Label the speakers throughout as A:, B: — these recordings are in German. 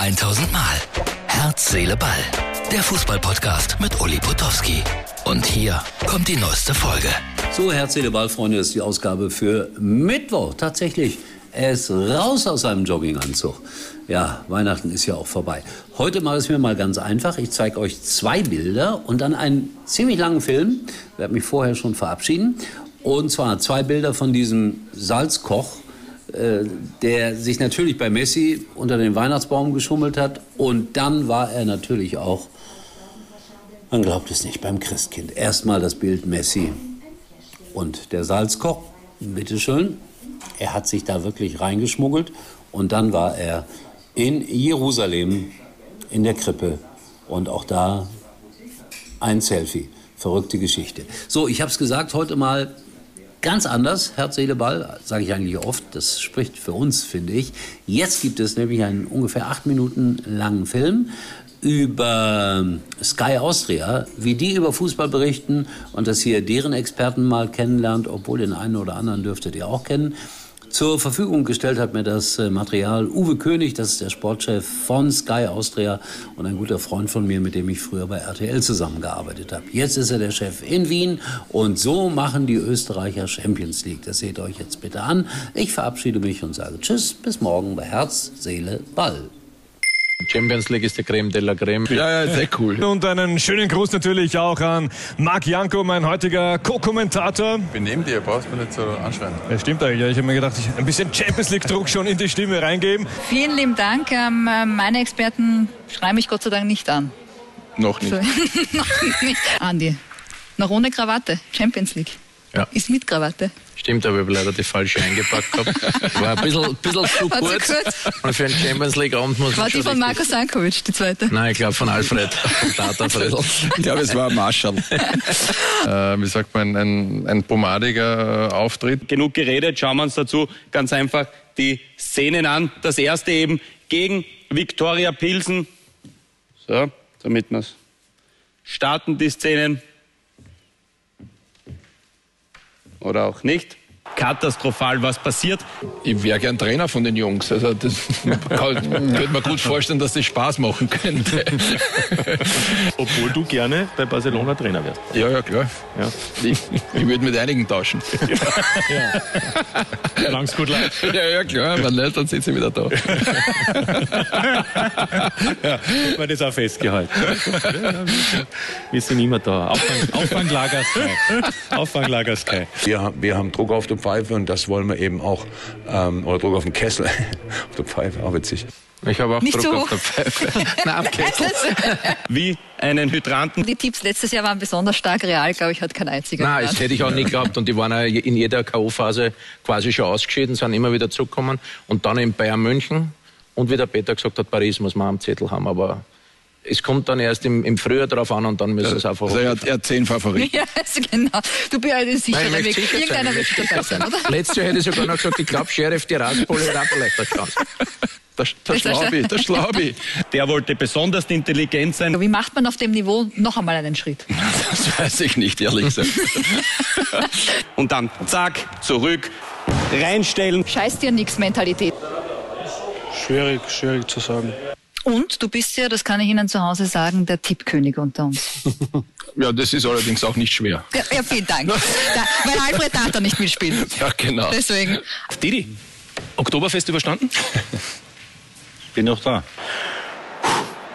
A: 1000 Mal. Herz, Seele, Ball. Der Fußballpodcast mit Uli Potowski. Und hier kommt die neueste Folge.
B: So, Herz, Seele, Ball, Freunde, ist die Ausgabe für Mittwoch. Tatsächlich, er ist raus aus seinem Jogginganzug. Ja, Weihnachten ist ja auch vorbei. Heute mache ich es mir mal ganz einfach. Ich zeige euch zwei Bilder und dann einen ziemlich langen Film. Ich werde mich vorher schon verabschieden. Und zwar zwei Bilder von diesem Salzkoch, äh, der sich natürlich bei Messi unter den Weihnachtsbaum geschummelt hat. Und dann war er natürlich auch, man glaubt es nicht, beim Christkind. Erstmal das Bild Messi und der Salzkoch. Bitteschön, er hat sich da wirklich reingeschmuggelt. Und dann war er in Jerusalem in der Krippe. Und auch da ein Selfie. Verrückte Geschichte. So, ich habe es gesagt, heute mal ganz anders. Herz, Seele, Ball, sage ich eigentlich oft. Das spricht für uns, finde ich. Jetzt gibt es nämlich einen ungefähr acht Minuten langen Film über ähm, Sky Austria, wie die über Fußball berichten und dass ihr deren Experten mal kennenlernt, obwohl den einen oder anderen dürftet ihr auch kennen. Zur Verfügung gestellt hat mir das äh, Material Uwe König, das ist der Sportchef von Sky Austria und ein guter Freund von mir, mit dem ich früher bei RTL zusammengearbeitet habe. Jetzt ist er der Chef in Wien und so machen die Österreicher Champions League. Das seht euch jetzt bitte an. Ich verabschiede mich und sage Tschüss, bis morgen bei Herz, Seele, Ball.
C: Champions League ist die Creme de la Creme.
D: Ja, ja, sehr cool.
E: Und einen schönen Gruß natürlich auch an Marc Janko, mein heutiger Co-Kommentator.
D: Benehm dir, brauchst du nicht so anschreien.
E: Ja, stimmt eigentlich. Ich habe mir gedacht, ich ein bisschen Champions League-Druck schon in die Stimme reingeben.
F: Vielen lieben Dank. Ähm, meine Experten schreiben mich Gott sei Dank nicht an.
D: Noch nicht.
F: Noch nicht. Andi, noch ohne Krawatte, Champions League.
C: Ja.
F: Ist mit Krawatte.
C: Stimmt, aber ich habe leider die falsche eingepackt gehabt. War ein bisschen, bisschen zu
F: War zu
C: kurz.
F: kurz.
C: Und für einen Champions League-Abend muss
F: War
C: man
F: die
C: schon
F: von
C: richtig-
F: Marco Sankovic, die zweite.
C: Nein, ich glaube von Alfred. Von Tata Fredl.
D: Ich glaube, es war ein Marschall.
G: äh, wie sagt man, ein, ein pomadiger äh, Auftritt.
H: genug geredet, schauen wir uns dazu ganz einfach die Szenen an. Das erste eben gegen Viktoria Pilsen. So, damit wir es starten, die Szenen. Oder auch nicht. Katastrophal, was passiert.
G: Ich wäre gern Trainer von den Jungs. Also das kann, könnte man gut vorstellen, dass das Spaß machen könnte.
I: Obwohl du gerne bei Barcelona Trainer wärst.
G: ja, ja, klar.
I: Ja.
G: Ich, ich würde mit einigen tauschen.
I: Lang's gut lang.
G: ja, ja, klar. Wenn nicht, dann sitze ich wieder da.
I: War das auch festgehalten. Wir sind immer da. Auffang, Auffanglager Sky. Auffanglager Sky.
J: Wir, wir haben Druck auf der Pfeife und das wollen wir eben auch, ähm, oder Druck auf den Kessel, auf der Pfeife, auch witzig.
C: Ich habe auch
F: Nicht
C: Druck
F: so
C: auf der Pfeife. Nein, am Kessel.
H: Wie einen Hydranten.
F: Die Tipps letztes Jahr waren besonders stark. Real, glaube ich, hat kein einziger.
C: Nein, das
F: gemacht.
C: hätte ich auch nicht geglaubt. Und die waren ja in jeder K.O.-Phase quasi schon ausgeschieden, sind immer wieder zurückgekommen. Und dann in Bayern München. Und wie der Peter gesagt hat, Paris muss man am Zettel haben. Aber es kommt dann erst im, im Frühjahr drauf an und dann müssen es einfach.
D: Also er hat, er hat zehn Favoriten.
F: Ja, also genau. Du bist halt sicher,
C: Nein, ich möchte sicher sein,
F: irgendeiner
C: ich
F: wird
C: möchte
F: dabei sein, oder?
C: Letztes Jahr hätte ich sogar noch gesagt, ich glaube, Sheriff die Raspole hat auch vielleicht eine Chance.
G: Der, der Schlaubi, der Schlaubi.
H: Der wollte besonders intelligent sein.
F: Wie macht man auf dem Niveau noch einmal einen Schritt?
G: Das weiß ich nicht, ehrlich gesagt.
H: Und dann zack, zurück, reinstellen.
F: Scheiß dir nix Mentalität.
I: Schwierig, schwierig zu sagen.
F: Und du bist ja, das kann ich Ihnen zu Hause sagen, der Tippkönig unter uns.
G: Ja, das ist allerdings auch nicht schwer.
F: Ja, ja vielen Dank. Da, weil Alfred Tater nicht mitspielt.
G: Ja, genau.
F: Deswegen.
I: Didi, Oktoberfest überstanden? Bin noch da.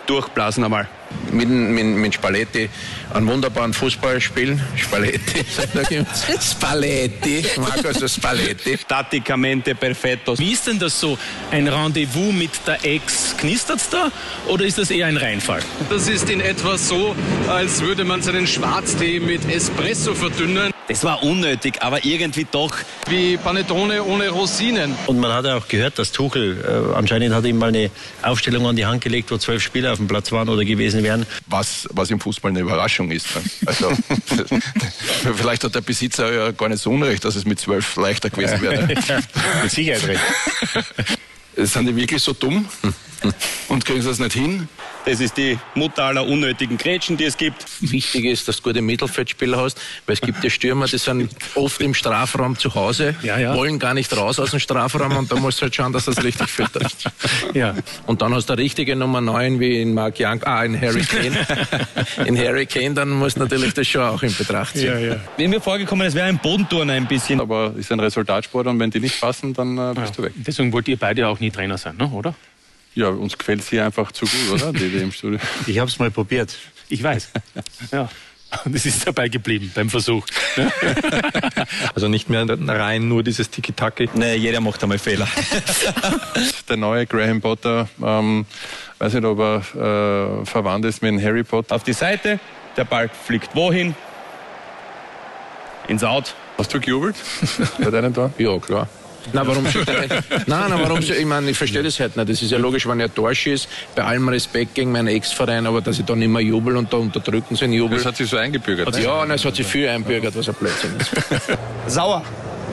H: Durchblasen einmal.
C: Mit, mit, mit Spalletti einen wunderbaren Fußball spielen. Spalletti. sagt er immer. Spalletti. Markus Spalletti.
H: Tattikamente perfetto.
I: Wie ist denn das so? Ein Rendezvous mit der Ex? Knistert's da? Oder ist das eher ein Reinfall?
C: Das ist in etwa so, als würde man seinen Schwarztee mit Espresso verdünnen.
H: Das war unnötig, aber irgendwie doch.
C: Wie Panettone ohne Rosinen.
I: Und man hat ja auch gehört, dass Tuchel, äh, anscheinend hat ihm mal eine Aufstellung an die Hand gelegt, wo zwölf Spieler auf dem Platz waren oder gewesen wären.
G: was, was im Fußball eine Überraschung ist. ne? Also, vielleicht hat der Besitzer ja gar nicht so unrecht, dass es mit zwölf leichter gewesen wäre.
I: Mit Sicherheit recht.
G: Sind die wirklich so dumm und kriegen sie das nicht hin?
H: Das ist die Mutter aller unnötigen Grätschen, die es gibt.
C: Wichtig ist, dass du gute Mittelfeldspieler hast, weil es gibt ja Stürmer, die sind oft im Strafraum zu Hause, wollen gar nicht raus aus dem Strafraum und da musst du halt schauen, dass du das richtig filterst.
I: Ja.
C: Und dann hast du eine richtige Nummer 9 wie in Mark Young, ah, in Harry Kane. in Harry Kane, dann musst du natürlich das schon auch in Betracht ziehen.
I: Wenn mir vorgekommen, es wäre ein Bodenturner ein bisschen.
K: Aber ist ein Resultatsport und wenn die nicht passen, dann äh, bist du weg.
I: Deswegen wollt ihr beide auch nie Trainer sein, ne? oder?
K: Ja, uns gefällt es hier einfach zu gut, oder? Die im Studio.
I: Ich habe es mal probiert. Ich weiß. Ja. Und es ist dabei geblieben beim Versuch.
L: Also nicht mehr rein nur dieses Tiki-Taki. Nee, jeder macht einmal Fehler.
K: Der neue Graham Potter, ähm, weiß nicht, ob er äh, verwandt ist mit Harry Potter.
H: Auf die Seite, der Ball fliegt wohin? Ins Out.
K: Hast du gejubelt bei deinem Tor?
C: Ja, klar. Na, warum soll der nicht? Nein, nein, warum soll ich meine, ich verstehe das halt nicht. Das ist ja logisch, wenn er Tor schießt, bei allem Respekt gegen meinen Ex-Verein, aber dass ich dann immer jubel und da unterdrücken sie den Jubel.
K: Das hat sich so eingebürgert. ne?
C: Ja, nein, es hat sich viel einbürgert, was ein Blödsinn ist.
H: Sauer.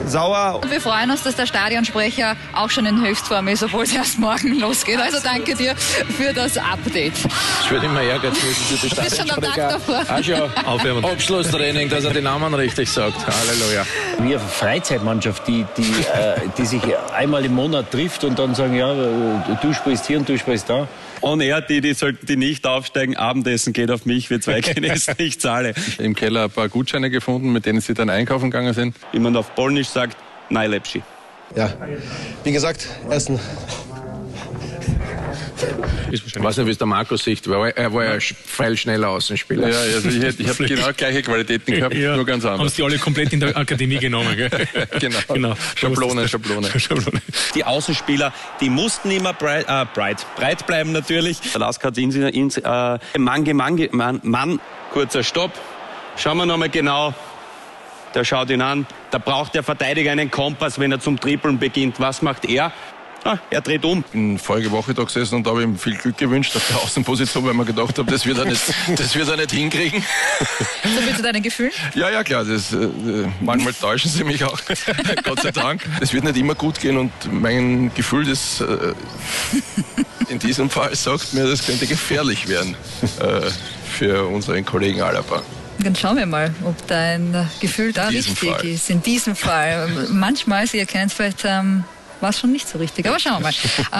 H: Sauer.
F: Und wir freuen uns, dass der Stadionsprecher auch schon in Höchstform ist, obwohl es erst morgen losgeht. Also danke dir für das Update.
C: Es wird immer ärgerlich, wenn die
F: Du bist schon am Tag
C: Stadionsprecher-
F: davor.
C: Ah, schon.
L: Aufwärmen.
C: Abschlusstraining, dass er die Namen richtig sagt. Halleluja.
M: Wir Freizeitmannschaft, die, die, äh, die sich einmal im Monat trifft und dann sagen, ja, äh, du sprichst hier und du sprichst da.
H: On air, die, die sollten die nicht aufsteigen. Abendessen geht auf mich, wir zwei gehen es nicht zahle.
K: Im Keller ein paar Gutscheine gefunden, mit denen sie dann einkaufen gegangen sind.
H: Wie man auf Polnisch sagt, Najlepschi.
N: Ja, wie gesagt, ersten
C: Ich weiß nicht, wie es der Markus sieht, weil er war ja feilschneller Außenspieler.
K: Ja, also ich, hätt- ich habe genau gleiche Qualitäten gehabt,
I: Ja.
K: nur ganz
I: Haben
K: anders.
I: sie die alle komplett in der Akademie genommen, gell?
K: Genau.
I: genau.
K: Schablone, Schablone.
H: Die Außenspieler, die mussten immer breit, äh, breit, breit bleiben natürlich. Der Lask hat ins, ins, äh, Mann, ge- Mann, ge- Mann, Mann, kurzer Stopp. Schauen wir nochmal genau. Der schaut ihn an. Da braucht der Verteidiger einen Kompass, wenn er zum Trippeln beginnt. Was macht er? Ah, er dreht um.
G: bin vorige Woche da gesessen und habe ihm viel Glück gewünscht auf der Außenposition, weil man gedacht habe, das wird er nicht, das wird er nicht hinkriegen.
F: So bitte deinen Gefühlen.
G: Ja, ja, klar, das, äh, manchmal täuschen sie mich auch. Gott sei Dank. Es wird nicht immer gut gehen und mein Gefühl, das äh, in diesem Fall sagt mir, das könnte gefährlich werden äh, für unseren Kollegen Alaba.
F: Dann schauen wir mal, ob dein Gefühl da
G: In diesem
F: richtig
G: Fall.
F: ist. In diesem Fall. Manchmal, Sie erkennen es vielleicht, ähm, war es schon nicht so richtig. Aber schauen wir mal.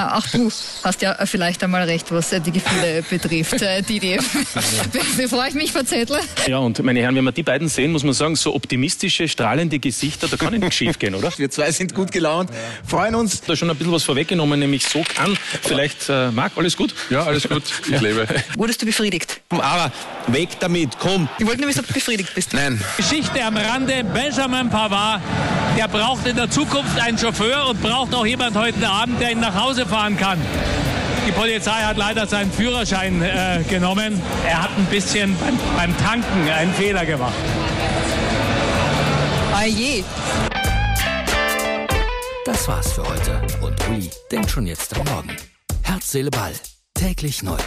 F: Äh, auch du hast ja vielleicht einmal recht, was äh, die Gefühle betrifft, äh, Didi. Bevor ich mich verzettle.
I: Ja, und meine Herren, wenn man die beiden sehen, muss man sagen, so optimistische, strahlende Gesichter, da kann ja nichts schief gehen, oder? Wir zwei sind gut gelaunt, freuen uns. Da schon ein bisschen was vorweggenommen, nämlich so kann. Vielleicht, äh, Marc, alles gut?
K: Ja, alles gut. Ich lebe.
O: Wurdest du befriedigt?
I: Aber weg damit, komm.
O: Ich wollte nämlich, ob du befriedigt bist.
C: Nein.
P: Geschichte am Rande, Benjamin Pavard, der braucht in der Zukunft einen Chauffeur und braucht auch jemand heute Abend, der ihn nach Hause fahren kann. Die Polizei hat leider seinen Führerschein äh, genommen. Er hat ein bisschen beim, beim Tanken einen Fehler gemacht.
O: Ah je.
A: Das war's für heute und Uli denkt schon jetzt am Morgen. Herz, Seele, Ball. Täglich neu.